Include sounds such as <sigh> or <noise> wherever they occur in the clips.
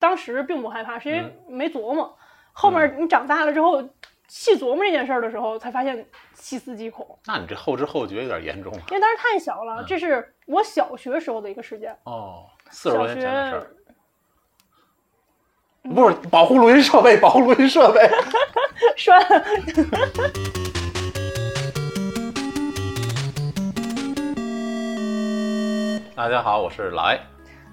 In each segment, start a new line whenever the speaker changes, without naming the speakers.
当时并不害怕，是因为
嗯
没琢磨。后面你长大了之后，细琢磨这件事儿的时候，才发现细思极恐，
那你这后知后觉有点严重啊。
因为当时太小了，这是我小学时候的一个事件。
哦，四十
小
多年前的事
学嗯
儿，不是保护录音设备，保护录音设备。
说，
<laughs>
<laughs>
大家好，我是老艾。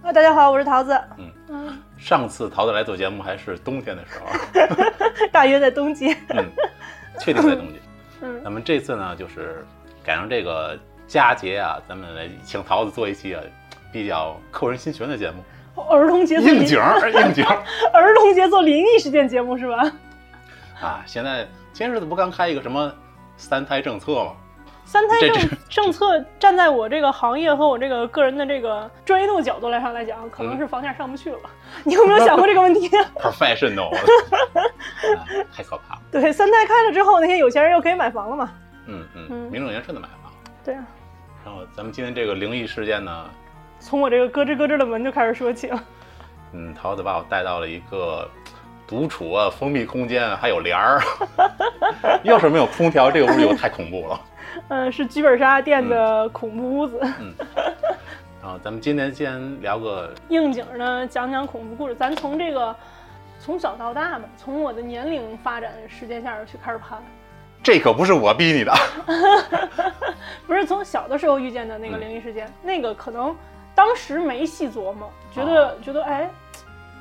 呃，大家好，我是桃子。
嗯
嗯，
上次桃子来做节目还是冬天的
<laughs>
时候，
大约在冬季。
嗯，确定在冬季。
<laughs> 嗯
咱们这次呢，就是赶上这个佳节啊，咱们来请桃子做一期啊比较扣人心弦的节目，
儿童节做
应
灵
景
<laughs>
儿，应景儿
儿童节做灵异事件节目是吧？
啊！现在前些日子不刚开一个什么三胎政策
<laughs>
吗？
三胎
这
政政策站在我这个行业和我这个个人的这个专业度角度来上来讲，可
嗯
能是房价上不去了。 <laughs> 你有没有想过这个问题？ <laughs>
professional，啊太可怕了。
对，三胎开了之后，那些有钱人又可以买房了嘛？
嗯嗯，
嗯
名正言顺的买房。
对啊，
然后咱们今天这个灵异事件呢，
从我这个咯吱咯吱的门就开始说起了。
嗯，桃子把我带到了一个独处啊，封闭空间，还有帘儿， <laughs> 要是没有空调，这个屋里我太恐怖了。
嗯，是剧本杀店
嗯
的恐怖屋子，
然后咱们今天先聊个，
应景呢讲讲恐怖故事。咱从这个从小到大吧，从我的年龄发展时间线去开始盘，
这可不是我逼你的， <laughs>
不是从小的时候遇见的那
嗯
个灵异事件，那个可能当时没细琢磨，觉
哦
得、觉得哎，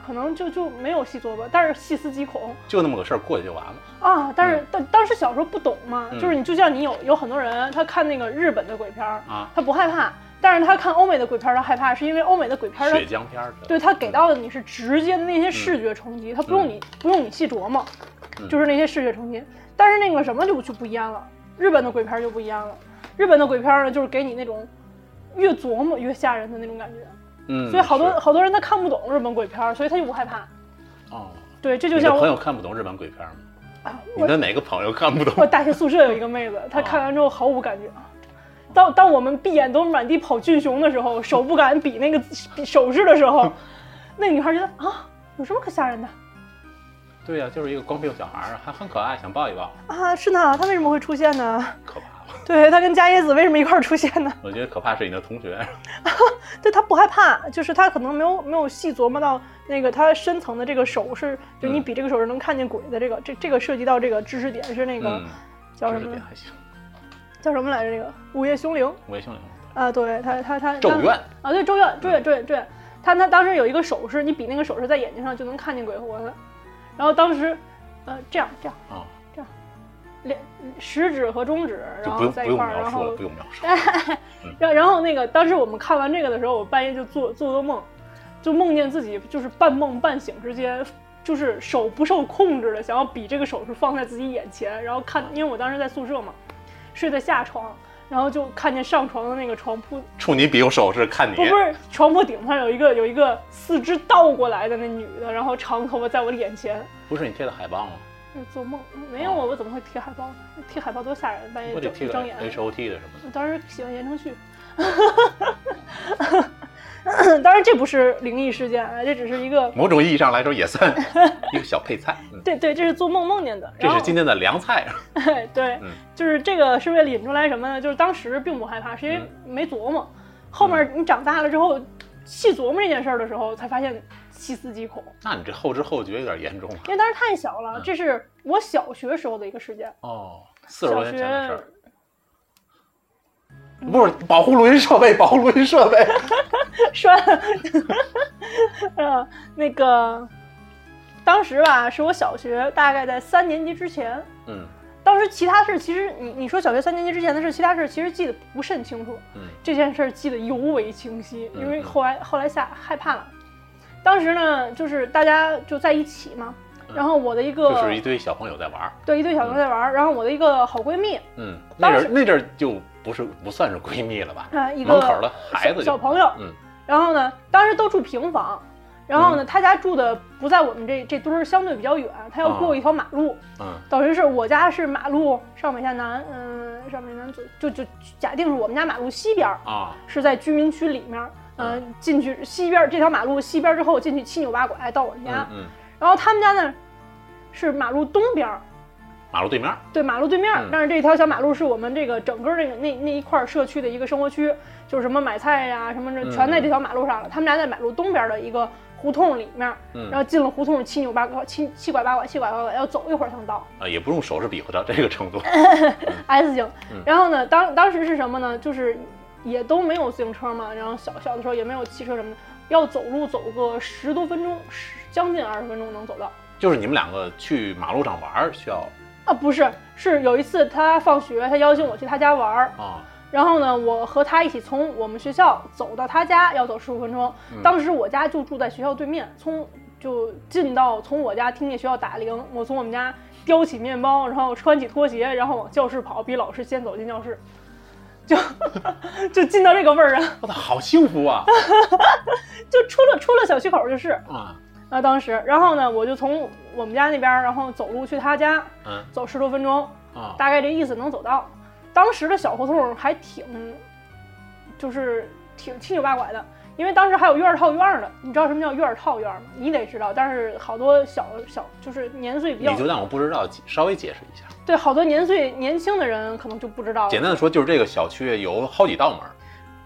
可能就就没有细琢磨，但是细思极恐
就那么个事儿过去就完了。
啊！但是、
嗯
但当时小时候不懂嘛，
嗯
就是你就像你有有很多人他看那个日本的鬼片儿，
啊
他不害怕，但是他看欧美的鬼片儿他害怕，是因为欧美的鬼片儿他
血浆片儿的，
对他给到的你是直接的那些视觉冲击，他不用你、不用你细琢磨，
嗯
就是那些视觉冲击。但是那个什么就就不一样了，日本的鬼片儿就不一样了。日本的鬼片儿呢，就是给你那种越琢磨越吓人的那种感觉，
嗯，
所以好多、
是
好多人他看不懂日本鬼片儿，所以他就不害怕。
哦，
对，这
你
就
的
像
朋
我
友看不懂日本鬼片吗？
啊
你
我
的哪个朋友看不懂？
我大学宿舍有一个妹子，她看完之后毫无感觉。当当我们闭眼都满地跑俊雄的时候，手不敢比那个比手势的时候，那个女孩觉得啊，有什么可吓人的？
对呀、就是一个光屁股小孩儿，还很可爱，想抱一抱，
啊，是呢，他为什么会出现呢？
可怕了。
对他跟伽椰子为什么一块儿出现呢？
我觉得可怕是你的同学，
对他不害怕，就是他可能没有没有细琢磨到那个他深层的这个手势，就你比这个手势能看见鬼的这个，这这个涉及到这个知识点是那个、
嗯，
叫什
这
么
点还行。
叫什么来着？这个午夜凶铃
我也姓刘，
啊，对他他他
咒怨
啊，对咒怨，咒
嗯
怨，咒怨，咒怨。他他当时有一个手势，你比那个手势在眼睛上就能看见鬼魂。然后当时，呃，这样这样，
啊，
两食指和中指，然
就不
后
用
在
不
一
用
块儿，
描
然
述
后
了，不用描述。
然然后那个，当时我们看完这个的时候，我半夜就做做噩梦，就梦见自己就是半梦半醒之间，就是手不受控制的想要比这个手势放在自己眼前，然后看，因为我当时在宿舍嘛，睡在下床，然后就看见上床的那个床铺，
冲你比划手势，看你
不不是床铺顶上有一个有一个四肢倒过来的那女的，然后长头发在我的眼前，
不是你贴的海报吗？
那做梦没有我我怎么会贴海报呢？贴海报多吓人，半夜
哦我得贴
睁
个
睁眼。
H O T 的什么的。
我当时喜欢言承旭。 <laughs> 当然，这不是灵异事件啊，这只是一个
某种意义上来说，也
<laughs>
算一个小配菜。嗯，
对对，这是做梦梦见的。
这
然后
是今天的凉菜。
对
嗯，
就是这个是为了引出来什么呢？就是当时并不害怕，是因为
嗯
没琢磨。后面你长大了之后，细琢磨这件事儿的时候，才发现细思极恐。
那你这后知后觉有点严重啊。
因为当时太小了，这是我小学时候的一个事件。
哦，四十多
小
年
学
前的事儿。嗯不是保护录音设备，保护录音设备。
说，呃，那个，当时吧，是我小学大概在三年级之前， <laughs>
嗯
当时其他事儿其实你你说小学三年级之前的事，其他事儿其实记得不甚清楚，
嗯
这件事儿记得尤为清晰，
嗯
因为后来后来吓害怕了。当时呢，就是大家就在一起嘛，然后我的一个、
嗯就是一堆小朋友在玩儿。
对一对小朋友在玩儿，然后我的一个好闺蜜，
嗯，那
当
阵
时
儿那阵儿就不是不算是闺蜜了吧？
啊、一个
门口儿的孩子就
小小朋友，
嗯
然后呢，当时都住平房，然后呢，他家住的不在我们这这堆儿，相对比较远，他要过一条马路，
嗯
等于是我家是马路上北下南，嗯，上北下南左，就就假定是我们家马路西边儿
啊
是在居民区里面，
嗯
呃，进去西边这条马路西边之后进去七扭八拐到我们家，
嗯，
然后他们家呢是马路东边儿，
马路对面儿，
对，马路对面儿
嗯。
但是这条小马路是我们这个整个这个那那一块儿社区的一个生活区，就是什么买菜呀、什么的，
嗯
全在这条马路上了。他们俩在马路东边的一个胡同里面儿，
嗯
然后进了胡同七扭八拐，七七拐八拐，七拐八拐，要走一会儿才能到。
啊，也不用手势比划到这个程度，
S 型
嗯。
然后呢，当当时是什么呢？就是也都没有自行车嘛，然后小小的时候也没有汽车什么的，要走路走个十多分钟，十将近二十分钟能走到。
就是你们两个去马路上玩儿需要
啊，不是，是有一次他放学，他邀请我去他家玩儿，
啊，
然后呢，我和他一起从我们学校走到他家要走十五分钟。当时我家就住在学校对面，从就进到从我家听见学校打铃，我从我们家叼起面包，然后穿起拖鞋，然后往教室跑，比老师先走进教室， <laughs> 就就进到这个味儿啊！
我操，好幸福啊
就出了出了小区口就是
啊，
啊，当时，然后呢，我就从我们家那边儿，然后走路去他家，
嗯
走十多分钟，
啊，
大概这意思能走到。当时的小胡同还挺，就是挺七扭八拐的，因为当时还有院儿套院儿的。你知道什么叫院儿套院儿吗？你得知道，但是好多小小就是年岁比较
你就当我不知道，稍微解释一下。
对好多年岁年轻的人可能就不知道了。
简单的说，就是这个小区有好几道门儿，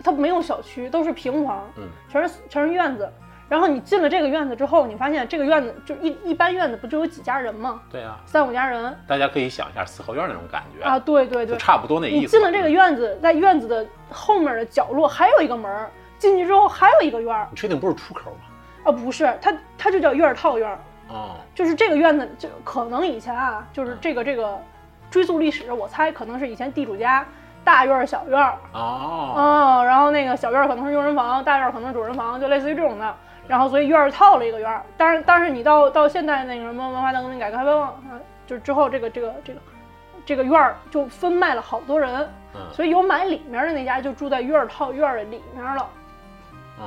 它没有小区，都是平房，
嗯，
全是全是院子。然后你进了这个院子之后，你发现这个院子就一一般院子不就有几家人吗？
对啊，
三五家人
大家可以想一下四合院那种感觉，
啊，对对
就
对，
差不多那意
你
思。嗯
进了这个，院子，在院子的后面的角落还有一个门儿，进去之后还有一个院儿
你确定不是出口吗？
啊，不是，它它就叫院儿套院儿，
哦，
就是这个院子就可能以前啊，就是这个这个追溯历史，我猜可能是以前地主家大院儿小院儿，
哦，
嗯，然后那个小院儿可能是佣人房，大院儿可能是主人房，就类似于这种的。然后所以院儿套了一个院儿，但是但是你到到现在那个什么文化大革命、改革开放，啊，就是之后这个这个这个这个院儿就分卖了好多人，
嗯，
所以有买里面的那家就住在院儿套院儿的里面了，
哦，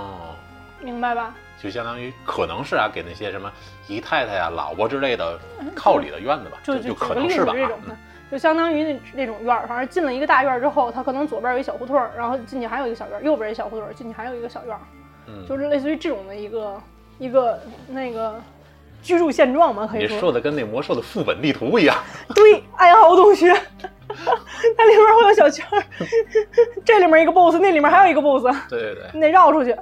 明白吧？
就相当于可能是啊，给那些什么姨太太呀、老婆之类的靠里的院子吧，
就
就
举
可
个
能
例
是
子
吧。
这种的
嗯，
就相当于那那种院儿，反正进了一个大院儿之后，它可能左边有一小胡同儿，然后进去还有一个小院儿，右边一小胡同儿，进去还有一个小院儿，
嗯
就是类似于这种的一个一个那个居住现状嘛，可以
你说的跟那魔兽的副本地图一样，
对，爱好洞穴， <laughs> 它里面会有小圈儿， <laughs> 这里面一个 boss，那里面还有一个 boss。
对对对，
你得绕出去。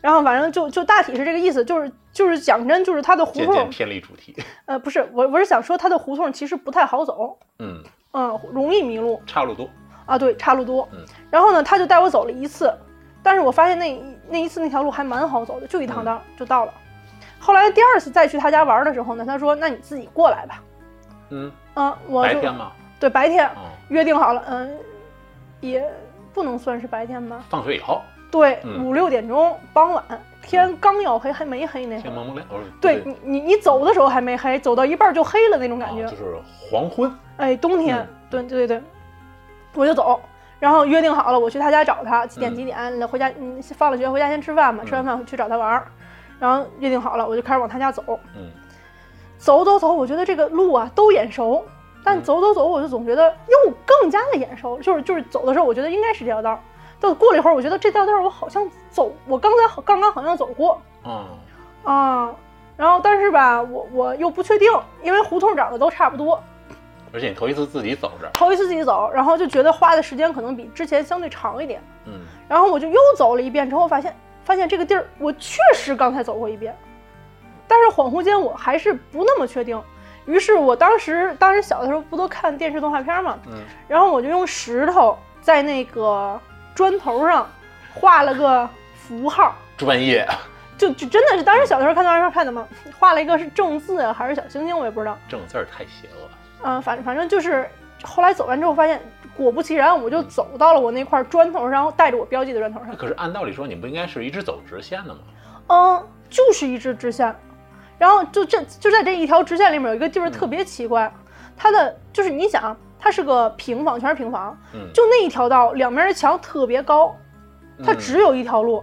然后反正就就大体是这个意思，就是就是讲真，就是它的 <laughs> 胡
渐渐
同，
偏离主题。
呃，不是我我是想说它的胡同其实不太好走，
嗯，
嗯，容易迷路
差不多。
啊，对，岔路多
嗯。
然后呢，他就带我走了一次，但是我发现那一那一次那条路还蛮好走的，就一
嗯
趟道儿就到了。后来第二次再去他家玩的时候呢，他说：“那你自己过来吧。
嗯，”
嗯，我
白
就
天嘛，
对白天
嗯，
约定好了，嗯，也不能算是白天吧，
放学以后
对，
嗯
五六点钟傍晚，天刚要黑还没黑那会
天
儿。
蒙蒙亮，不是
哎对你，你你走的时候还没黑，走到一半儿就黑了那种感觉。
啊就是黄昏。
哎，冬天，
嗯
对对对，我就走，然后约定好了，我去他家找他，几点
嗯
几点、回家，嗯，放了学回家先吃饭嘛，
嗯
吃完饭去找他玩儿，然后约定好了，我就开始往他家走，
嗯，
走走走，我觉得这个路啊都眼熟，但
嗯
走走走，我就总觉得又更加的眼熟，就是就是走的时候，我觉得应该是这条道儿，但过了一会儿，我觉得这条道儿我好像走，我刚才好刚刚好像走过，
哦，
啊，然后但是吧，我我又不确定，因为胡同长得都差不多，
而且你头一次自己走着，
头一次自己走，然后就觉得花的时间可能比之前相对长一点，
嗯，
然后我就又走了一遍之后，发现发现这个地儿我确实刚才走过一遍，但是恍惚间我还是不那么确定。于是我当时当时小的时候不都看电视动画片嘛，
嗯
然后我就用石头在那个砖头上画了个符号，
专业，
就就真的是当时小的时候看动画片看的嘛，画了一个是正字啊还是小星星，我也不知道。
正字儿太邪恶了。
嗯、反反正就是后来走完之后发现，果不其然，我就走到了我那块砖头上，带着我标记的砖头上
那，可是按道理说，你不应该是一直走直线的吗？
嗯，就是一支直线。然后就这就在这一条直线里面有一个地方
嗯
特别奇怪，它的就是你想，啊它是个平房，全是平房，
嗯，
就那一条道两边的墙特别高，它
嗯
只有一条路，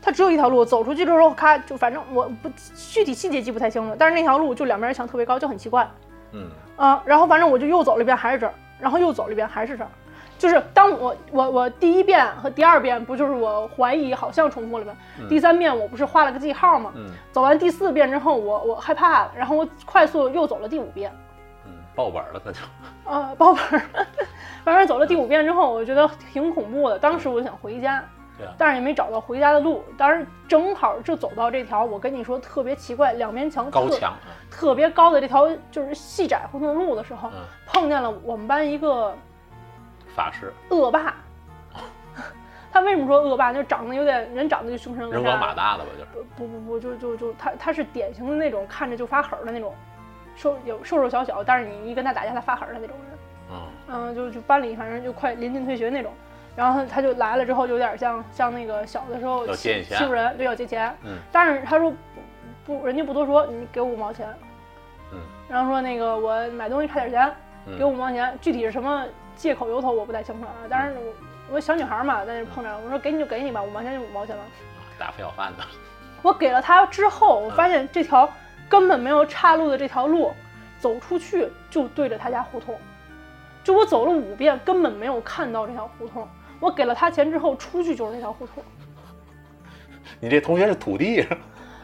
它只有一条路，走出去之后，咔就反正我不具体细节记不太清了，但是那条路就两边墙特别高，就很奇怪
嗯
啊。然后反正我就又走了一遍，还是这儿，然后又走了一遍，还是这儿。就是当我我我第一遍和第二遍不就是我怀疑好像重复了吧？第三遍我不是画了个记号吗？
嗯
走完第四遍之后，我我害怕了，然后我快速又走了第五遍，
嗯，爆本了那就， <laughs>
啊，包本儿，反正走了第五遍之后，我觉得挺恐怖的。当时我就想回家，
对啊
但是也没找到回家的路。当时正好就走到这条我跟你说特别奇怪，两边墙
高
特
墙，
特别高的这条就是细窄胡同路的时候，
嗯，
碰见了我们班一个
法师
恶霸。 <laughs> 他为什么说恶霸？就长得有点人长得就凶神恶
人
煞，
高马大的吧，就是
不不不不，就就就他他是典型的那种看着就发狠儿的那种，瘦有瘦瘦小小，但是你一跟他打架他发狠儿的那种人。
嗯
嗯，就就班里反正就快临近退学那种。然后他就来了之后，就有点像像那个小的时候
要
欺
借你钱
欺负人，对，要借钱。
嗯
但是他说不不，人家不多说，你给我五毛钱。
嗯。
然后说那个我买东西差点钱，
嗯，
给我五毛钱，具体是什么借口由头我不太清楚了。啊但
嗯
是我我小女孩嘛，在那碰上，我说给你就给你吧，五毛钱就五毛钱吧。
嗯打发小贩的， <laughs>
我给了他之后，我发现这条根本没有岔路的这条路，走出去就对着他家胡同。就我走了五遍，根本没有看到这条胡同。我给了他钱之后，出去就是那条胡同。
你这同学是土地，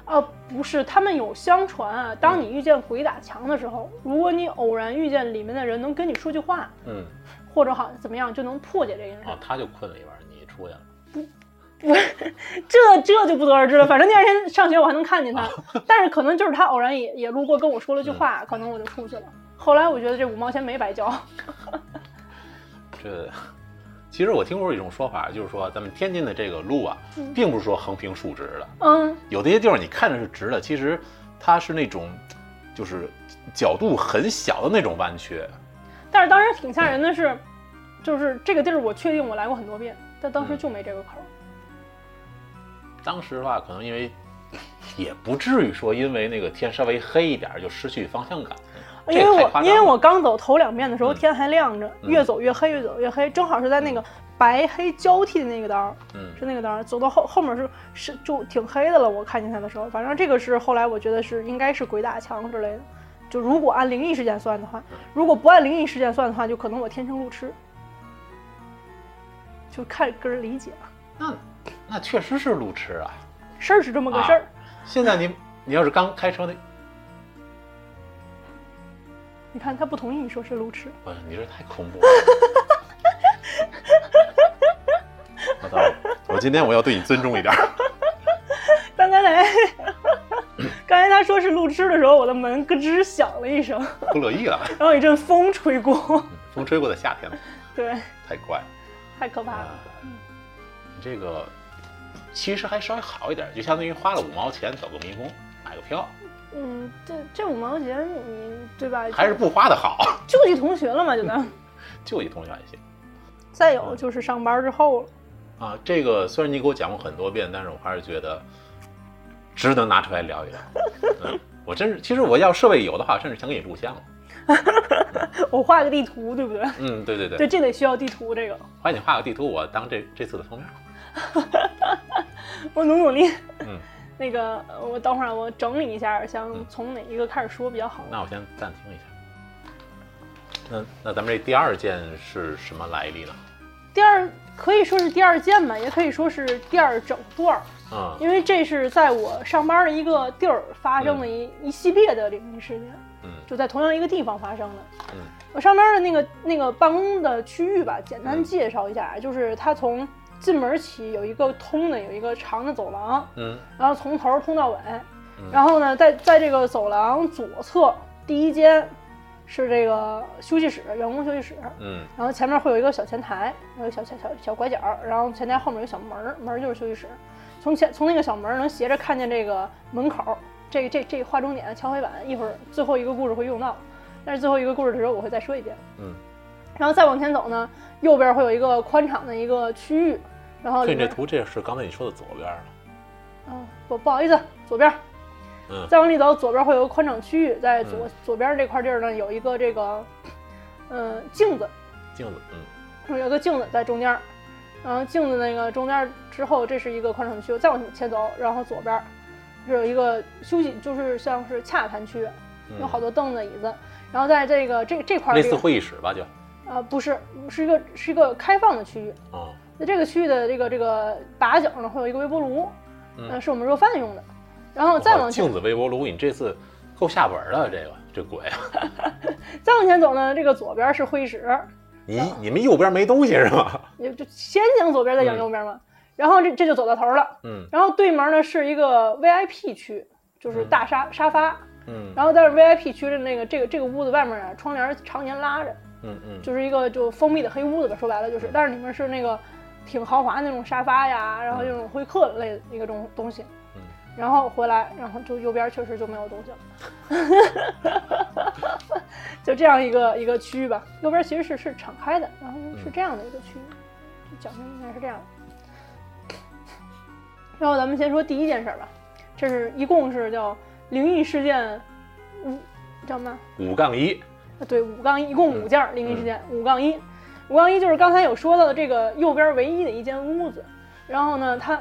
啊，不是，他们有相传啊，当你遇见鬼打墙的时候，如果你偶然遇见里面的人能跟你说句话，
嗯，
或者好像怎么样，就能破解这件事
哦。，他就困里边儿，你出去了，
这这就不得而
<laughs>
知了。反正第二天上学我还能看见
啊
他， <laughs> 但是可能就是他偶然也也路过跟我说了句话，可能我就出去了。后来我觉得这五毛钱没白交，
这。其实我听过一种说法，就是说咱们天津的这个路啊，
嗯
并不是说横平竖直的，
嗯，
有的些地方你看着是直的，其实它是那种就是角度很小的那种弯曲。
但是当时挺吓人的是，就是这个地儿我确定我来过很多遍，但当
嗯
时就没这个口儿。
当时的话，可能因为也不至于说因为那个天稍微黑一点儿就失去方向感，这
因为
太
我
夸张了
因为我刚走头两遍的时候
嗯
天还亮着，
嗯
越走越黑，越走越黑，正好是在那个白黑交替的那个当儿，
嗯，
是那个当儿，走到后后面是是就挺黑的了。我看见他的时候，反正这个是后来我觉得是应该是鬼打墙之类的。就如果按灵异事件算的话，
嗯
如果不按灵异事件算的话，就可能我天生路痴，就看个人理解啊，
那那确实是路痴啊。
事儿是这么个事儿。
现在你你要是刚开车那，
你看他不同意你说是路痴，
哎呀，你这太恐
<laughs>
怖了。我操！我今天我要对你尊重一点儿。
但刚才刚才他说是路痴的时候，我的门咯吱响了一声，
不乐意了，
然后一阵风吹过， <laughs>
风吹过的夏天了，
对，
太怪
太可怕
啊
了。！
你这个其实还稍微好一点，就相当于花了五毛钱走个迷宫，买个票，
嗯，这这五毛钱你对吧？
还是不花的好。 <laughs>
救济同学了嘛，就当。
嗯就一同学也行
再有就是上班之后了， <laughs>
啊。这个虽然你给我讲过很多遍，但是我还是觉得值得拿出来聊一聊。嗯，我真是，其实我要设备有的话，甚至想给你录像了。
我画个地图，对不对？
嗯，对对对，
对，这得需要地图。这个
欢迎你画个地图，我当这这次的封面。
我努努力。
嗯，
<laughs> 那个呃我等会儿我整理一下，
嗯
想从哪一个开始说比较好。
那我先暂停一下。那那咱们这第二件是什么来历呢？
第二可以说是第二件吧，也可以说是第二整段儿，
嗯
因为这是在我上班的一个地儿发生的一、一系列的灵异事件，
嗯
就在同样一个地方发生的。
嗯
我上班的那个那个办公的区域吧，简
嗯
单介绍一下，啊就是它从进门起有一个通的，有一个长的走廊，
嗯
然后从头通到尾。然后呢，在在这个走廊左侧第一间是这个休息室，员工休息室。
嗯
然后前面会有一个小前台，有一个小小小小拐角，然后前台后面有个小门儿，门儿就是休息室。从前从那个小门儿能斜着看见这个门口儿，这这这划重点，敲黑板，一会儿最后一个故事会用到，但是最后一个故事的时候我会再说一遍。
嗯，
然后再往前走呢，右边会有一个宽敞的一个区域，然后哦
对，
里
这
面
图这是刚才你说的左边儿
嗯不不好意思，左边儿
嗯
再往里走，左边会有个宽敞区域，在左、
嗯
左边这块地儿呢有一个这个，呃，镜子，
镜子，嗯
有一个镜子在中间儿，然后镜子那个中间儿之后，这是一个宽敞区，再往前走，然后左边儿是有一个休息，就是像是洽谈区，
嗯，
有好多凳子椅子，然后在这个这这块儿
类
这
似
个
会议室吧，就嗯
呃，不是，是一个是一个开放的区域。
哦，
那这个区域的这个这个把角呢，会有一个微波炉，
嗯
呃，是我们热饭用的。然后再
哦
往前
镜子微波炉，你这次够下本儿的，这个这鬼，啊
再往前走呢，这个左边是会议室，
你
哦
你们右边没东西是吗？
也就先讲左边再讲右边嘛。然后这这就走到头了。
<laughs> 嗯
然后对门呢是一个 VIP 区，就是大沙、沙发。
嗯
然后但是 VIP 区的那个这个这个屋子外面啊，窗帘常年拉着，
嗯嗯，
就是一个就封闭的黑屋子吧。说白了就是，但是里面是那个挺豪华那种沙发呀，然后那种会客类的一个种东西。
嗯
然后回来，然后就右边确实就没有
<laughs>
东西了，就这样一个一个区域吧。右边其实是是敞开的，然后是这样的一个区域，就讲的应该是这样的。然后咱们先说第一件事儿吧，这是一共是叫灵异事件五，叫什么？
五杠一，
对，五杠一，一共
嗯
五件儿灵异事件，五杠一，五杠一就是刚才有说到的这个右边唯一的一间屋子，然后呢，它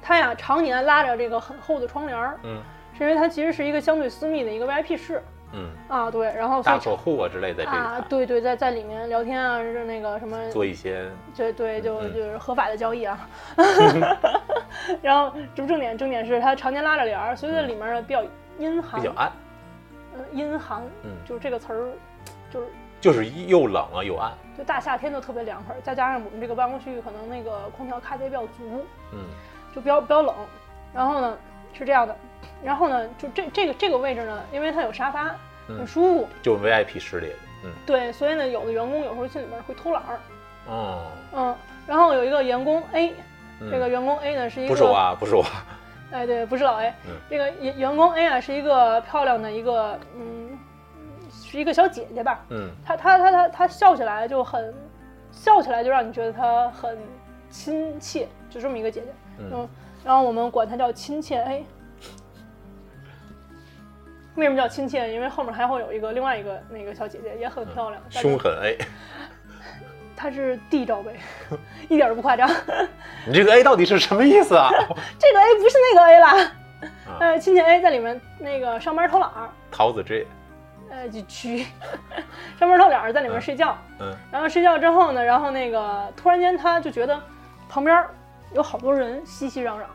它呀常年拉着这个很厚的窗帘儿，
嗯
是因为它其实是一个相对私密的一个 VIP 室
嗯，
啊，对，然后所
大
以
客户啊之类的这一
啊，
块，
对对，在在里面聊天啊，是那个什么，
做一些
对对，就
嗯
就是合法的交易
<laughs>
啊，然后这不重点，重点是它常年拉着帘儿，所以在里面呢比较阴寒
嗯比，较暗，
呃阴寒，
嗯，
就是这个词儿，就是。
就是又冷啊又暗，
就大夏天就特别凉快，再加上我们这个办公区域可能那个空调开的也比较足，
嗯
就比较比较冷。然后呢是这样的，然后呢就这这个这个位置呢，因为它有沙发，很
嗯
舒服，
就 VIP 室里，嗯
对，所以呢有的员工有时候进里面会偷懒儿，
哦，
嗯。然后有一个员工 A，
嗯
这个员工 A 呢是一个
不是我，啊，不是我，
哎对，不是老 A，、
嗯
这个员员工 A 啊是一个漂亮的一个嗯，是一个小姐姐吧，
嗯
他他他他他笑起来就很，笑起来就让你觉得他很亲切，就这么一个姐姐。
嗯
嗯，然后我们管她叫亲切 A。为什么叫亲切？因为后面还会有一个另外一个那个小姐姐也
嗯
很漂亮，但是
凶狠 A，
她是 D 罩杯， <laughs> 一点儿都不夸张。 <laughs>
你这个 A 到底是什么意思啊？ <laughs>
这个 A 不是那个 A 啦，
啊
呃，亲切 A 在里面那个上班偷懒儿，
桃子 J，
呃，就去上班偷懒儿在里面睡觉。
嗯
然后睡觉之后呢，然后那个突然间他就觉得旁边有好多人熙熙攘攘的，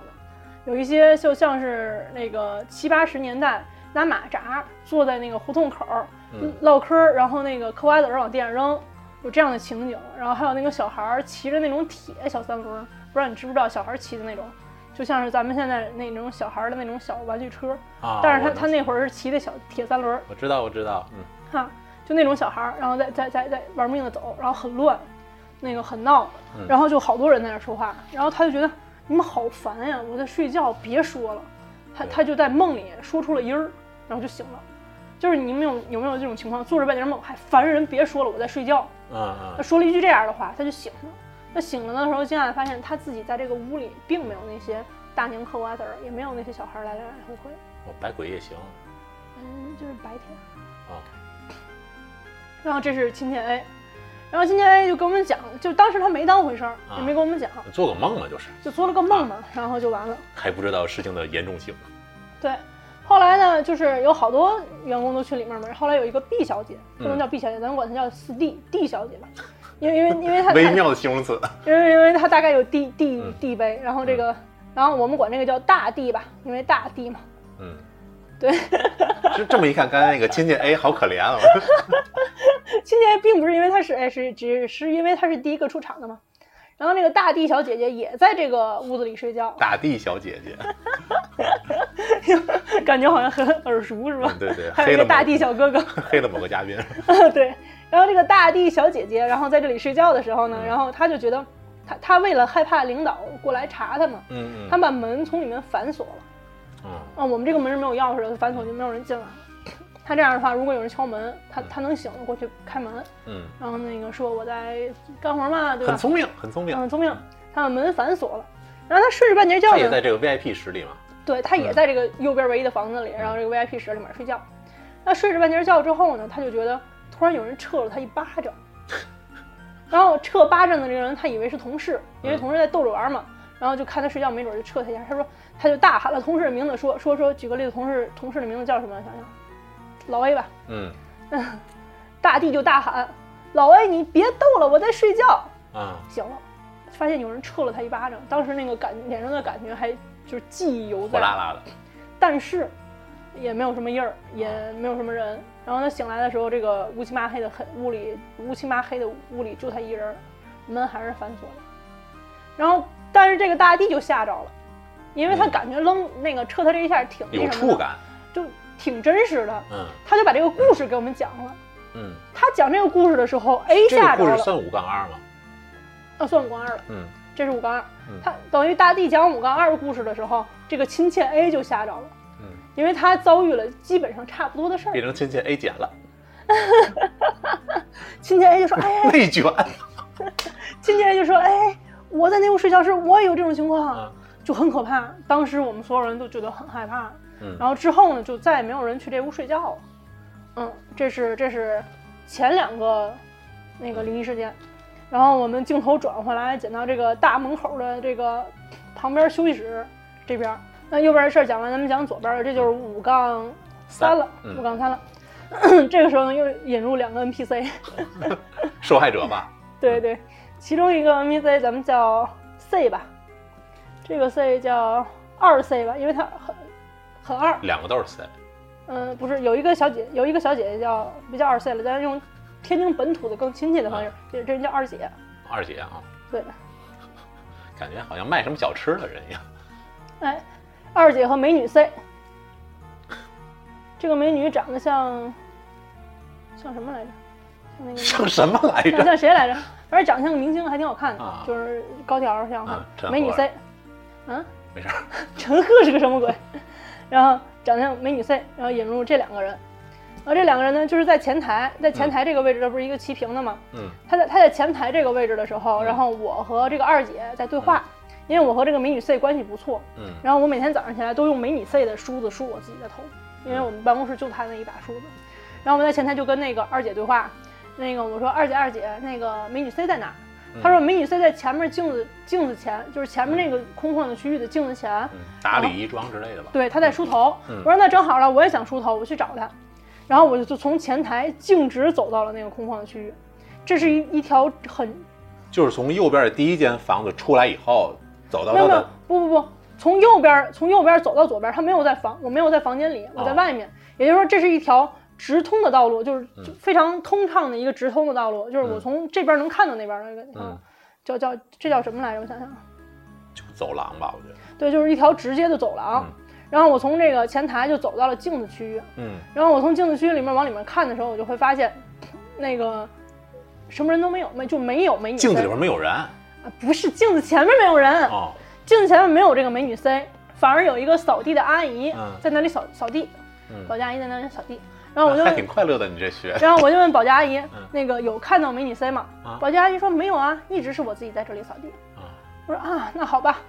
有一些就像是那个七八十年代拿马扎坐在那个胡同口儿
嗯
唠嗑儿，然后那个嗑瓜子儿往地上扔，有这样的情景。然后还有那个小孩儿骑着那种铁小三轮儿，不知道你知不知道小孩儿骑的那种。就像是咱们现在那种小孩儿的那种小玩具车，
啊，
嗯但是他
我
他那会儿是骑的小铁三轮儿，
我知道我知道，嗯
哈，就那种小孩儿，然后在在在在玩命的走，然后很乱，那个很闹，然后就好多人在那儿说话，然后他就觉得你们好烦呀，我在睡觉，别说了，他
对
他就在梦里说出了音儿，然后就醒了。就是你们有有没有这种情况，做着半截梦，还烦人，别说了，我在睡觉。
嗯
他
嗯
说了一句这样的话，他就醒了。那醒了的时候，惊讶地发现他自己在这个屋里并没有那些大年嗑瓜子儿，也没有那些小孩儿来来回回，
我百哦鬼夜行
嗯，就是白天。
啊，
然后这是亲戚 A，然后亲戚 A 就跟我们讲，就当时他没当回事儿，
啊
也没跟我们讲，
做个梦嘛，就是
就做了个梦
啊
嘛，然后就完了。
还不知道事情的严重性。
对，后来呢，就是有好多员工都去里面嘛，后来有一个 B 小姐，不能
嗯
叫 B 小姐，咱们管她叫四 D D 小姐吧，因为因为因为她
<laughs> 微
她
妙的形容词，
因为因为它大概有 D D
嗯
D 杯，然后这个，然后我们管这个叫大 D 吧，因为大 D 嘛，
嗯，
对，
<laughs>
<laughs>
这这么一看，刚才那个亲戚 A 好可怜啊， <laughs>
今天并不是因为她是哎是只是因为她是第一个出场的嘛，然后那个大 D 小姐姐也在这个屋子里睡觉，
大地小姐姐， <laughs>
<laughs> 感觉好像很耳熟是吧？
嗯对对
还有一
黑
个
了吗
大地小哥 <laughs> 哥，
黑了某个嘉宾，
对。然后这个大地小姐姐，然后在这里睡觉的时候呢，
嗯
然后她就觉得，她她为了害怕领导过来查她嘛，
嗯
她把门从里面反锁了。
嗯
啊，我们这个门是没有钥匙的，反锁就没有人进来。她这样的话，如果有人敲门，她她能醒过去开门，
嗯
然后那个说我在干活嘛，对
嗯，
吧？
很聪明，很聪明，
嗯，聪明。她把门反锁了，然后她睡着半截觉
他
呢，
也在这个 VIP 室里嘛，
对他也在这个右边唯一的房子里，然后这个 VIP 室里面睡觉。那睡着半截觉之后呢，他就觉得突然有人撤了他一巴掌，然后撤巴掌的这个人他以为是同事，因为同事在逗着玩嘛，然后就看他睡觉，没准就撤他一下。他说他就大喊了同事的名字，说说说，举个例子，同事同事的名字叫什么？想想，老 A 吧，
嗯
大地就大喊，老 A 你别逗了，我在睡觉。
啊，
醒了，发现有人撤了他一巴掌，当时那个感脸上的感觉还就是记忆犹
火
在，
辣辣的，
但是也没有什么印儿，也没有什么人。然后他醒来的时候，这个乌漆麻黑的黑屋里，乌漆麻黑的屋里就他一人儿，门还是反锁的。然后，但是这个大地就吓着了，因为他
嗯
感觉扔那个撤他这一下挺那
有
什么
触
的，
感，
就挺真实的。
嗯
他就把这个故事给我们讲了。
嗯，
他讲这个故事的时候，A
这个
吓着
故事
了，
算五杠二吗？
啊，算五杠二了，
嗯
这是五杠二。
嗯
他等于大地讲五杠二故事的时候，这个亲切 A 就吓着了，
嗯，
因为他遭遇了基本上差不多的事儿
变。成亲戚 A 减了，
亲切 A 就说：“哎哎，
<laughs> 内卷
亲切 A 就说，哎，我在那屋睡觉时，我也有这种情况，
啊，
就很可怕。当时我们所有人都觉得很害怕。
嗯
然后之后呢，就再也没有人去这屋睡觉了。嗯，这是这是前两个那个灵异事件。然后我们镜头转回来，剪到这个大门口的这个旁边休息室这边儿。那右边的事儿讲完，咱们讲左边的，这就是五杠三了，
嗯
五杠三了。 <clears throat> 这个时候呢，又引入两个 NPC，
受害者吧，
对对，其中一个 NPC 咱们叫 C 吧，这个 C 叫二 C 吧，因为他很很二，
两个都是 C，
嗯，不是，有一个小姐，有一个小姐姐叫别叫二岁了，咱用天津本土的更亲切的方
啊
式，这这人叫二姐。
二姐啊，
对，
感觉好像卖什么小吃的人一样， <laughs>
哎，二姐和美女 C，这个美女长得像像什么来着？像那个
像什么来
像 <laughs>
着？
像谁来着？反正长相明星还挺好看的，
啊
就是高挑儿挺好看
啊陈
的。美女
赫
C，嗯，
没事儿，
陈赫是个什么鬼？然后长相美女 C，然后引入这两个人，然后这两个人呢，就是在前台，在前台这个位置，这不是一个齐平的吗？
嗯
他在他在前台这个位置的时候，
嗯
然后我和这个二姐在对话，因为我和这个美女 C 关系不错，
嗯
然后我每天早上起来都用美女 C 的梳子梳我自己的头，因
嗯
为我们办公室就她那一把梳子。然后我在前台就跟那个二姐对话，那个我说二姐二姐，那个美女 C 在哪儿？
嗯
她说美女 C 在前面镜子镜子前，就是前面那个空旷的区域的镜子前，
嗯，打理衣装之类的吧，
对，她在梳头。
嗯
我说那正好了，我也想梳头，我去找她。然后我就就从前台径直走到了那个空旷的区域，这是一一条很
就是从右边的第一间房子出来以后，走到
没
他
有没有
的，
不不不，从右边儿从右边儿走到左边儿，他没有在房，我没有在房间里，我在
哦
外面。也就是说，这是一条直通的道路，就是
嗯
就非常通畅的一个直通的道路，就是我
嗯
从这边儿能看到那边儿的那个地
嗯
方，，叫叫这叫什么来着？我想想，啊
就走廊吧，我觉得，嗯
对，就是一条直接的走廊。然后我从这个前台就走到了镜子区域，
嗯
然后我从镜子区里面往里面看的时候，我就会发现，那个什么人都没有，没就没有美女。
镜子里边没有人
啊，不是镜子前面没有人，
哦，
镜子前面没有这个美女 C，反而有一个扫地的阿姨
嗯
在那里扫扫地，
嗯，
保洁阿姨在那里扫地。然后我就
还
问
挺，快乐的，你这学
然后我就问保洁阿姨，那个有看到美女 C 吗？
啊
保洁阿姨说没有啊，一直是我自己在这里扫地。
啊，
我说啊，那好吧，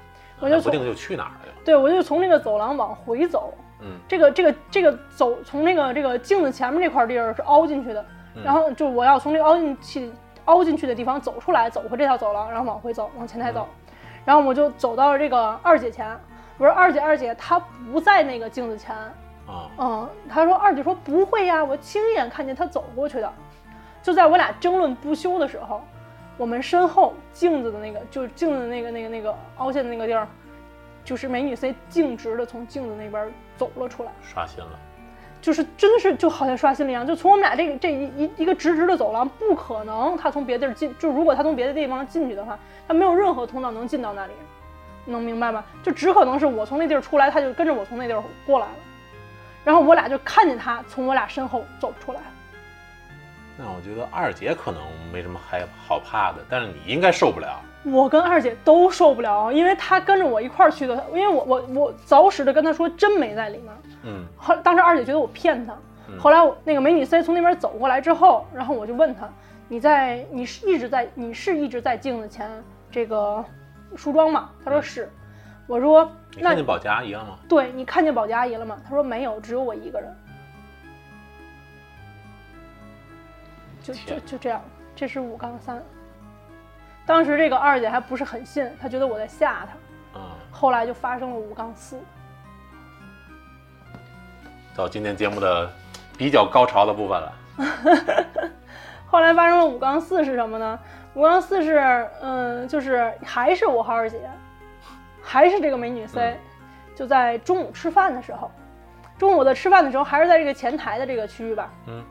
我
那
就
不定
从
就去哪儿了就，
对我就从这个走廊往回走，
嗯
这个这个这个走从那个这个镜子前面这块地儿是凹进去的，
嗯
然后就我要从这个凹进去凹进去的地方走出来，走回这条走廊，然后往回走，往前台走，然后我就走到了这个二姐前，我说二姐二姐，她不在那个镜子前，
啊，
嗯，她说二姐说不会呀，我亲眼看见她走过去的，就在我俩争论不休的时候，我们身后镜子的那个就是镜子的那个那个那个凹陷的那个地儿，就是美女 C 径直的从镜子那边走了出来。
刷新了，
就是真的是就好像刷新了一样，就从我们俩这个这一一一个直直的走廊，不可能他从别地儿进，就如果他从别的地方进去的话，他没有任何通道能进到那里，能明白吗？就只可能是我从那地儿出来，他就跟着我从那地儿过来了，然后我俩就看见他从我俩身后走出来，
那我觉得二姐可能没什么害好怕的，但是你应该受不了，
我跟二姐都受不了，因为她跟着我一块儿去的，因为我我我早使的跟她说真没在里面，
嗯
后当时二姐觉得我骗她，
嗯
后来我那个美女 C 从那边走过来之后，然后我就问她：“你在你是一直在你是一直在镜子前这个梳妆吗？”她说
嗯
是。我说：“
你
那
看见保洁阿姨了吗？
对你看见保洁阿姨了吗？”她说：“没有，只有我一个人。就”就
天
就这样，这是五杠三。当时这个二姐还不是很信，她觉得我在吓她。
嗯，
后来就发生了五杠四。
到今天节目的比较高潮的部分了，
后来发生了武冈四是什么呢？武冈四是，嗯，就是还是我豪儿姐，还是这个美女 C，、
嗯
就在中午吃饭的时候，中午的吃饭的时候还是在这个前台的这个区域吧，
嗯，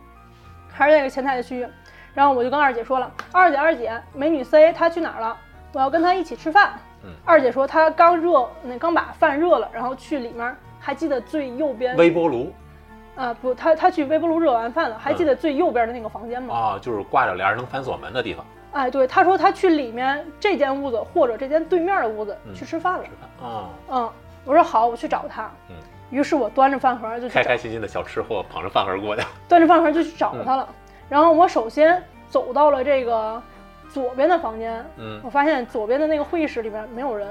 还是在这个前台的区域。然后我就跟二姐说了，二姐二姐，美女 C 她去哪儿了？我要跟她一起吃饭。
嗯
二姐说她刚热，那刚把饭热了，然后去里面儿，还记得最右边
微波炉
啊、不，她她去微波炉热完饭了，还
嗯
记得最右边的那个房间吗？
啊，就是挂着帘儿能反锁门的地方
哎，对，她说她去里面这间屋子或者这间对面的屋子
嗯
去吃饭了
吃。饭啊，
嗯，我说好，我去找她。
嗯，
于是我端着饭盒就去
开
找
开，心心的小吃货捧着饭盒过去，
端着饭盒就去
嗯
找她了。然后我首先走到了这个左边的房间，
嗯，
我发现左边的那个会议室里面没有人，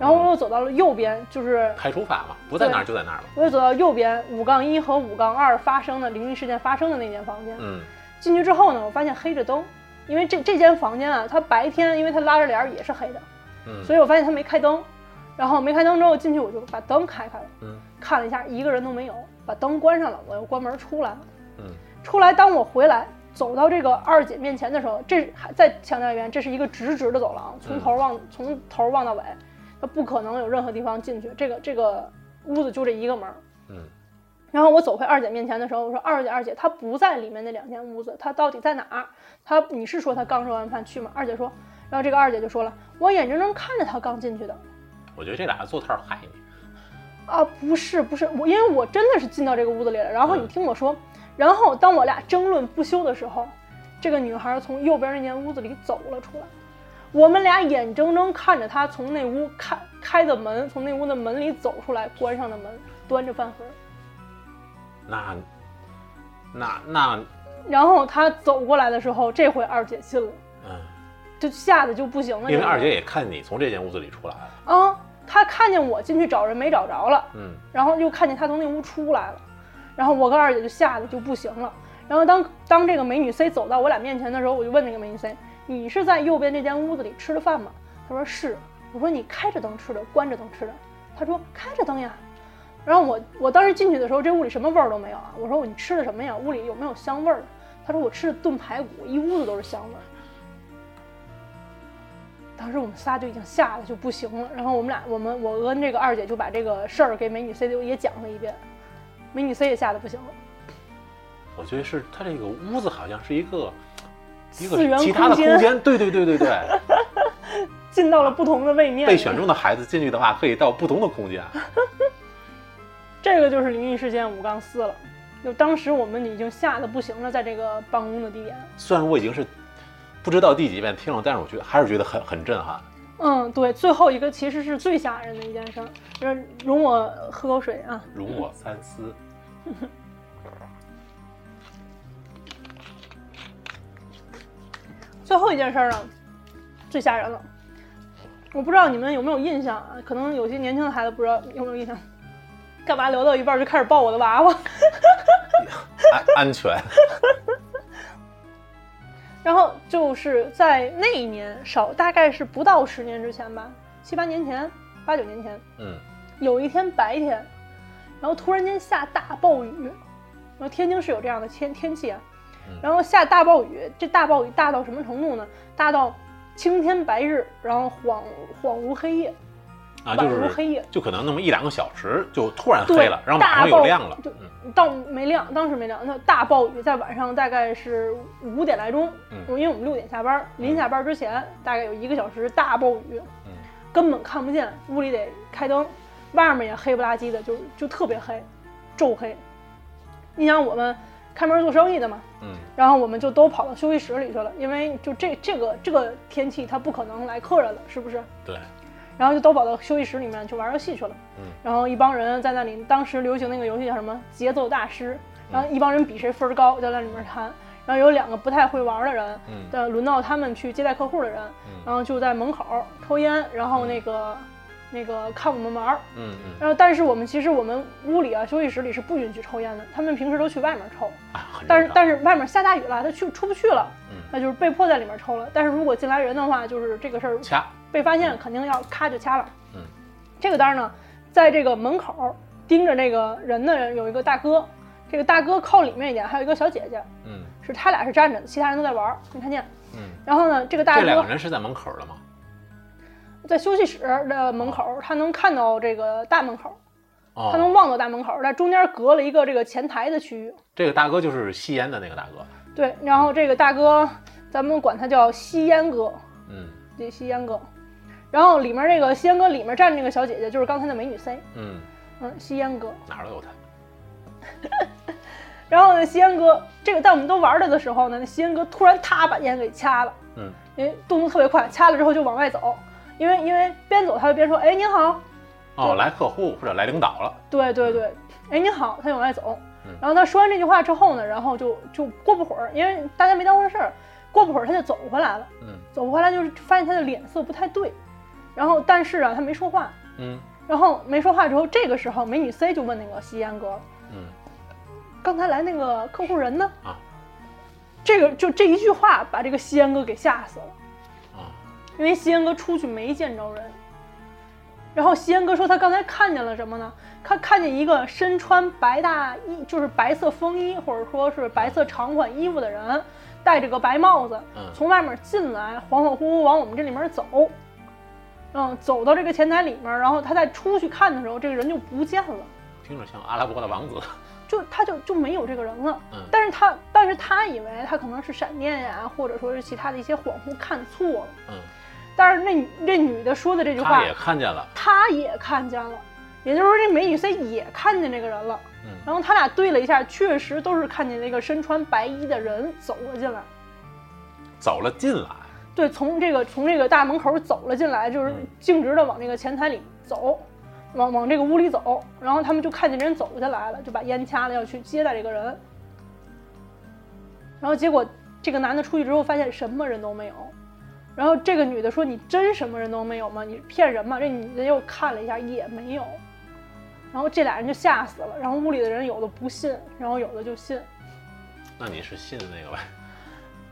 然后我又走到了右边，就是
排除法嘛，不在哪儿就在哪儿嘛，
我又走到右边五杠一和五杠二发生的灵异事件发生的那间房间。
嗯
进去之后呢，我发现黑着灯，因为这这间房间啊，它白天因为它拉着帘儿也是黑的，
嗯
所以我发现它没开灯。然后没开灯之后进去，我就把灯开开了，
嗯
看了一下，一个人都没有，把灯关上了，我又关门出来了。
嗯
出来，当我回来走到这个二姐面前的时候，这还再强调一遍，这是一个直直的走廊，从头望、从头望到尾，它不可能有任何地方进去。这个这个屋子就这一个门儿。
嗯
然后我走回二姐面前的时候，我说：“二姐，二姐，她不在里面那两间屋子，她到底在哪儿？她你是说她刚吃完饭去吗？”二姐说，然后这个二姐就说了：“我眼睁睁看着她刚进去的。”
我觉得这俩做套害你，
啊，不是不是，我因为我真的是进到这个屋子里了。然后你
嗯
听我说，然后当我俩争论不休的时候，这个女孩从右边那间屋子里走了出来，我们俩眼睁睁看着她从那屋开开的门，从那屋的门里走出来，关上的门，端着饭盒，
那那那
然后她走过来的时候，这回二姐信了，
嗯，
就吓得就不行了。
因为
你知道
二姐
吗
也看你从这间屋子里出来了，
啊，她看见我进去找人没找着了，
嗯
然后又看见他从那屋出来了，然后我跟二姐就吓得就不行了。然后当当这个美女 C 走到我俩面前的时候，我就问那个美女 C：“ 你是在右边这间屋子里吃的饭吗？”她说是。我说你开着灯吃的，关着灯吃的。她说开着灯呀。然后我我当时进去的时候，这屋里什么味儿都没有啊。我说你吃的什么呀？屋里有没有香味儿？她说我吃的炖排骨，一屋子都是香味儿。当时我们仨就已经吓得就不行了，然后我们俩，我们我跟这个二姐就把这个事儿给美女 C 就也讲了一遍，美女 C 也吓得不行了。
我觉得是它这个屋子好像是一个一
次元
个其他的
空间
空间，对对对对对。 <laughs>
进到了不同的位面，
被选中的孩子进去的话，可以到不同的空间。
这个就是灵异事件五杠四了。就当时我们已经吓得不行了，在这个办公的地点。
虽然我已经是不知道第几遍听了，但是我觉得还是觉得很很震撼。
嗯，对，最后一个其实是最吓人的一件事儿，就是容我喝口水啊。
容我三思。
最后一件事儿呢，最吓人了。我不知道你们有没有印象啊？可能有些年轻的孩子不知道有没有印象。干嘛聊到一半就开始抱我的娃娃？
<laughs>
安安全，
然后就是在那一年，少大概是不到十年之前吧，七八年前，八九年前，
嗯，
有一天白天，然后突然间下大暴雨，然后天津是有这样的天天气啊
嗯，
然后下大暴雨，这大暴雨大到什么程度呢？大到青天白日，然后恍恍如黑夜，
啊，
宛
就
如
是
黑夜，
就可能那么一两个小时就突然
对
黑了，然后马
大
上又
暴
亮了
对。
嗯
到没亮，当时没亮。那大暴雨在晚上大概是五点来钟，
嗯
因为我们六点下班，临下班之前大概有一个小时大暴雨，
嗯
根本看不见，屋里得开灯，外面也黑不拉几的，就就特别黑，骤黑。你想我们开门做生意的嘛，
嗯
然后我们就都跑到休息室里去了，因为就这这个这个天气它不可能来客人了，是不是？
对，
然后就都跑到休息室里面去玩游戏去了。
嗯
然后一帮人在那里，当时流行那个游戏叫什么节奏大
嗯
师，然后一帮人比谁分儿高，在那里面谈。然后有两个不太会玩的人，
嗯
呃，轮到他们去接待客户的人，
嗯
然后就在门口抽烟，然后那个那个看我们玩儿。
嗯嗯
然后但是我们其实我们屋里啊休息室里是不允许抽烟的，他们平时都去外面抽。
啊，很
但是
正常
但是外面下大雨了，他去出不去了，
嗯
那就是被迫在里面抽了。但是如果进来人的话，就是这个事儿
掐，
被发现肯定要咔就掐了。
嗯，
这个单儿呢，在这个门口盯着那个人的人有一个大哥，这这个大哥靠里面一点，还有一个小姐姐，
嗯
是他俩是站着的，其他人都在玩儿，没看见。
嗯，
然后呢，这个大
这两
哥
个人是在门口的吗？
在休息室的门口，他能看到这个大门口，他能
哦，
望到大门口，但中间隔了一个这个前台的区域。
这个大哥就是吸烟的那个大哥，
对，然后这个大哥，咱们管他叫吸烟哥，
嗯
对，吸烟哥。然后里面那个吸烟哥里面站着那个小姐姐，就是刚才的美女 C，
嗯，
嗯，吸烟哥。
哪儿都有他，
然后呢，吸烟哥这个在我们都玩着的时候呢，那吸烟哥突然他把烟给掐了，
嗯，
因为动作特别快，掐了之后就往外走，因为因为边走他就边说，哎，您好，
哦，来客户或者来领导了，
对对对，哎，您好，他就往外走
嗯。
然后他说完这句话之后呢，然后就就过不会儿，因为大家没当回事儿，过不会儿他就走回来了。
嗯
走回来就是发现他的脸色不太对，然后但是啊，他没说话。
嗯
然后没说话之后，这个时候美女 C 就问那个吸烟哥
嗯，：“
刚才来那个客户人呢？”
啊，
这个就这一句话把这个吸烟哥给吓死了。
啊，
因为吸烟哥出去没见着人。然后吸烟哥说他刚才看见了什么呢？他看见一个身穿白大衣，就是白色风衣或者说是白色长款衣服的人，戴着个白帽子，
嗯
从外面进来，恍恍惚惚往我们这里面走。嗯，走到这个前台里面，然后他再出去看的时候，这个人就不见了，
听着像阿拉伯的王子，
就他就就没有这个人了。
嗯
但是他但是他以为他可能是闪电呀、或者说是其他的一些恍惚看错了。
嗯，
但是那女这女的说的这句话
他，也看见了，
她也看见了，也就是说这美女 C 也看见这个人了。
嗯
然后他俩对了一下，确实都是看见那个身穿白衣的人走了进来。
走了进来，
对，从这个从这个大门口走了进来，就是
嗯
径直的往那个前台里走，往往这个屋里走。然后他们就看见这人走下来了，就把烟掐了，要去接待这个人。然后结果这个男的出去之后，发现什么人都没有。然后这个女的说：“你真什么人都没有吗？你骗人吗？”这女的又看了一下，也没有。然后这俩人就吓死了。然后屋里的人有的不信，然后有的就信。
那你是信那个呗？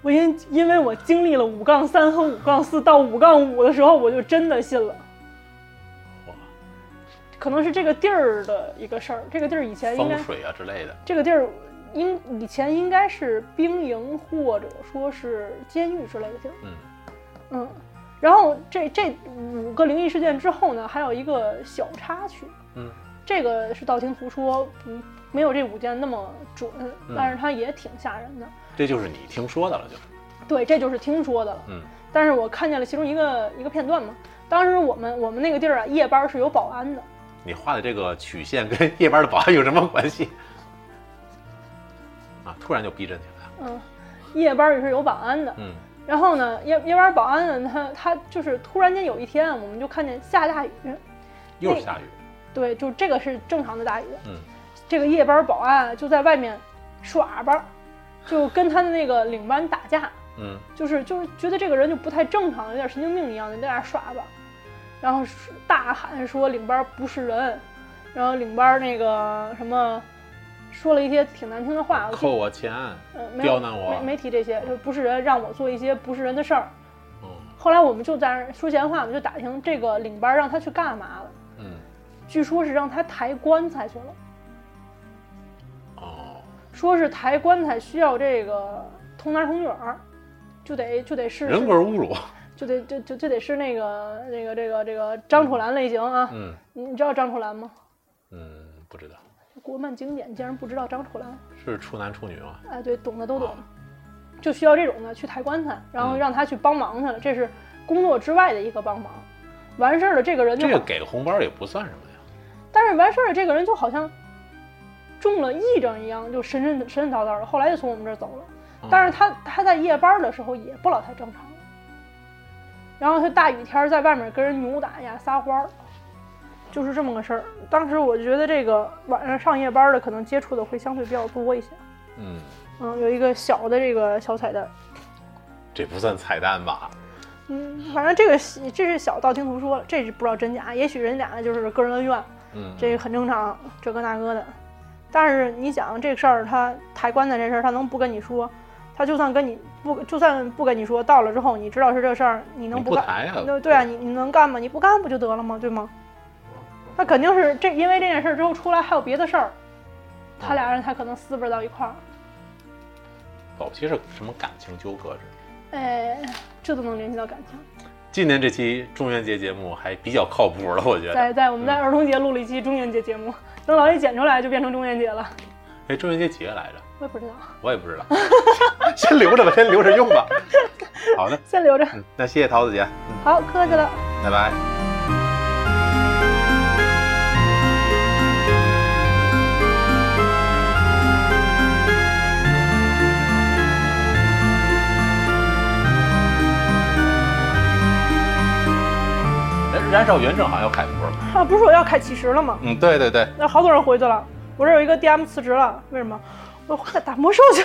我因因为我经历了五杠三和五杠四到五杠五的时候，我就真的信了。
哇，
可能是这个地儿的一个事儿，这个地儿以前应
风
该，
水啊之类的，
这个地儿应以前应该是兵营或者说是监狱之类的地儿。
嗯
嗯，然后这这五个灵异事件之后呢，还有一个小插曲，
嗯
这个是道听途说，不没有这五件那么准，
嗯
但是它也挺吓人的。
这就是你听说的了，就是，
对，这就是听说的了。
嗯
但是我看见了其中一个一个片段嘛。当时我们我们那个地儿啊，夜班是有保安的，
你画的这个曲线跟夜班的保安有什么关系？啊，突然就逼真起来了。
嗯，夜班也是有保安的。
嗯
然后呢，夜夜班保安呢，他他就是突然间有一天啊，我们就看见下大雨，，
又是下雨。
对，就这个是正常的大雨。
嗯，
这个夜班保安啊就在外面耍吧，就跟他的那个领班打架，
嗯
就是就是觉得这个人就不太正常，有点神经病一样的在那耍吧，然后是大喊说领班不是人，然后领班那个什么说了一些挺难听的话，我记
扣我钱。
呃没
刁
有
难我
没没提这些，就不是人让我做一些不是人的事儿。
嗯
后来我们就在那儿说闲话，我们就打听这个领班让他去干嘛了，
嗯
据说是让他抬棺材去了。
哦，
说是抬棺材需要这个同男同女儿，就得就得是
人格侮辱。
就得就就就得是那个那个这个这个张楚岚类型啊。
嗯
你你知道张楚岚吗？
嗯，不知道
国漫经典竟然不知道张楚岚？
是处男处女吗？
哎，对，懂的都懂
啊。
就需要这种的去抬棺材，然后
嗯
让他去帮忙去了，这是工作之外的一个帮忙。完事儿了，这个人就
这
好，
个给个红包也不算什么呀。
但是完事儿了，这个人就好像中了癔症一样，就神神神神叨叨的，后来就从我们这儿走了。
嗯
但是他他在夜班的时候也不老太正常。然后他大雨天儿在外面跟人扭打呀、撒欢儿，就是这么个事儿。当时我觉得这个晚上上夜班的可能接触的会相对比较多一些。
嗯，
嗯，有一个小的这个小彩蛋。
这不算彩蛋吧？
嗯，反正这个喜这是小道听途说了，这是不知道真假，也许人俩就是个人恩怨，
嗯，
这很正常，这个那个的。但是你想这事儿，他抬棺材这事儿，他能不跟你说？他就算跟你不，就算不跟你说，到了之后你知道是这事儿，你能
你
不
不
干？
抬呀？
对对啊，你你能干吗？你不干不就得了吗？对吗？他肯定是这，因为这件事儿之后出来还有别的事儿，他俩人才可能撕巴到一块儿。
早期是什么感情纠葛？
哎，这都能联系到感情。
今年这期中元节节目还比较靠谱了，我觉得。
在在我们在儿童节录了一期中元节节目，等老爷剪出来就变成中元节了。
哎，中元节几月来着？
我也不知道，
我也不知道， <laughs> 先留着吧，先留着用吧。好的，
先留着。
嗯，那谢谢桃子姐，
好，客气了。
拜拜。燃燃烧原证好像要开服了。
啊，不是说要开启时了吗？
嗯，对对对，
那好多人回去了。我这有一个 DM 辞职了，为什么？我快打魔兽去，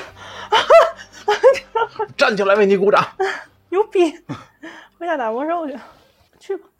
<laughs>
站起来为你鼓掌。
<laughs> 牛逼！回家打魔兽去，去吧。 <laughs>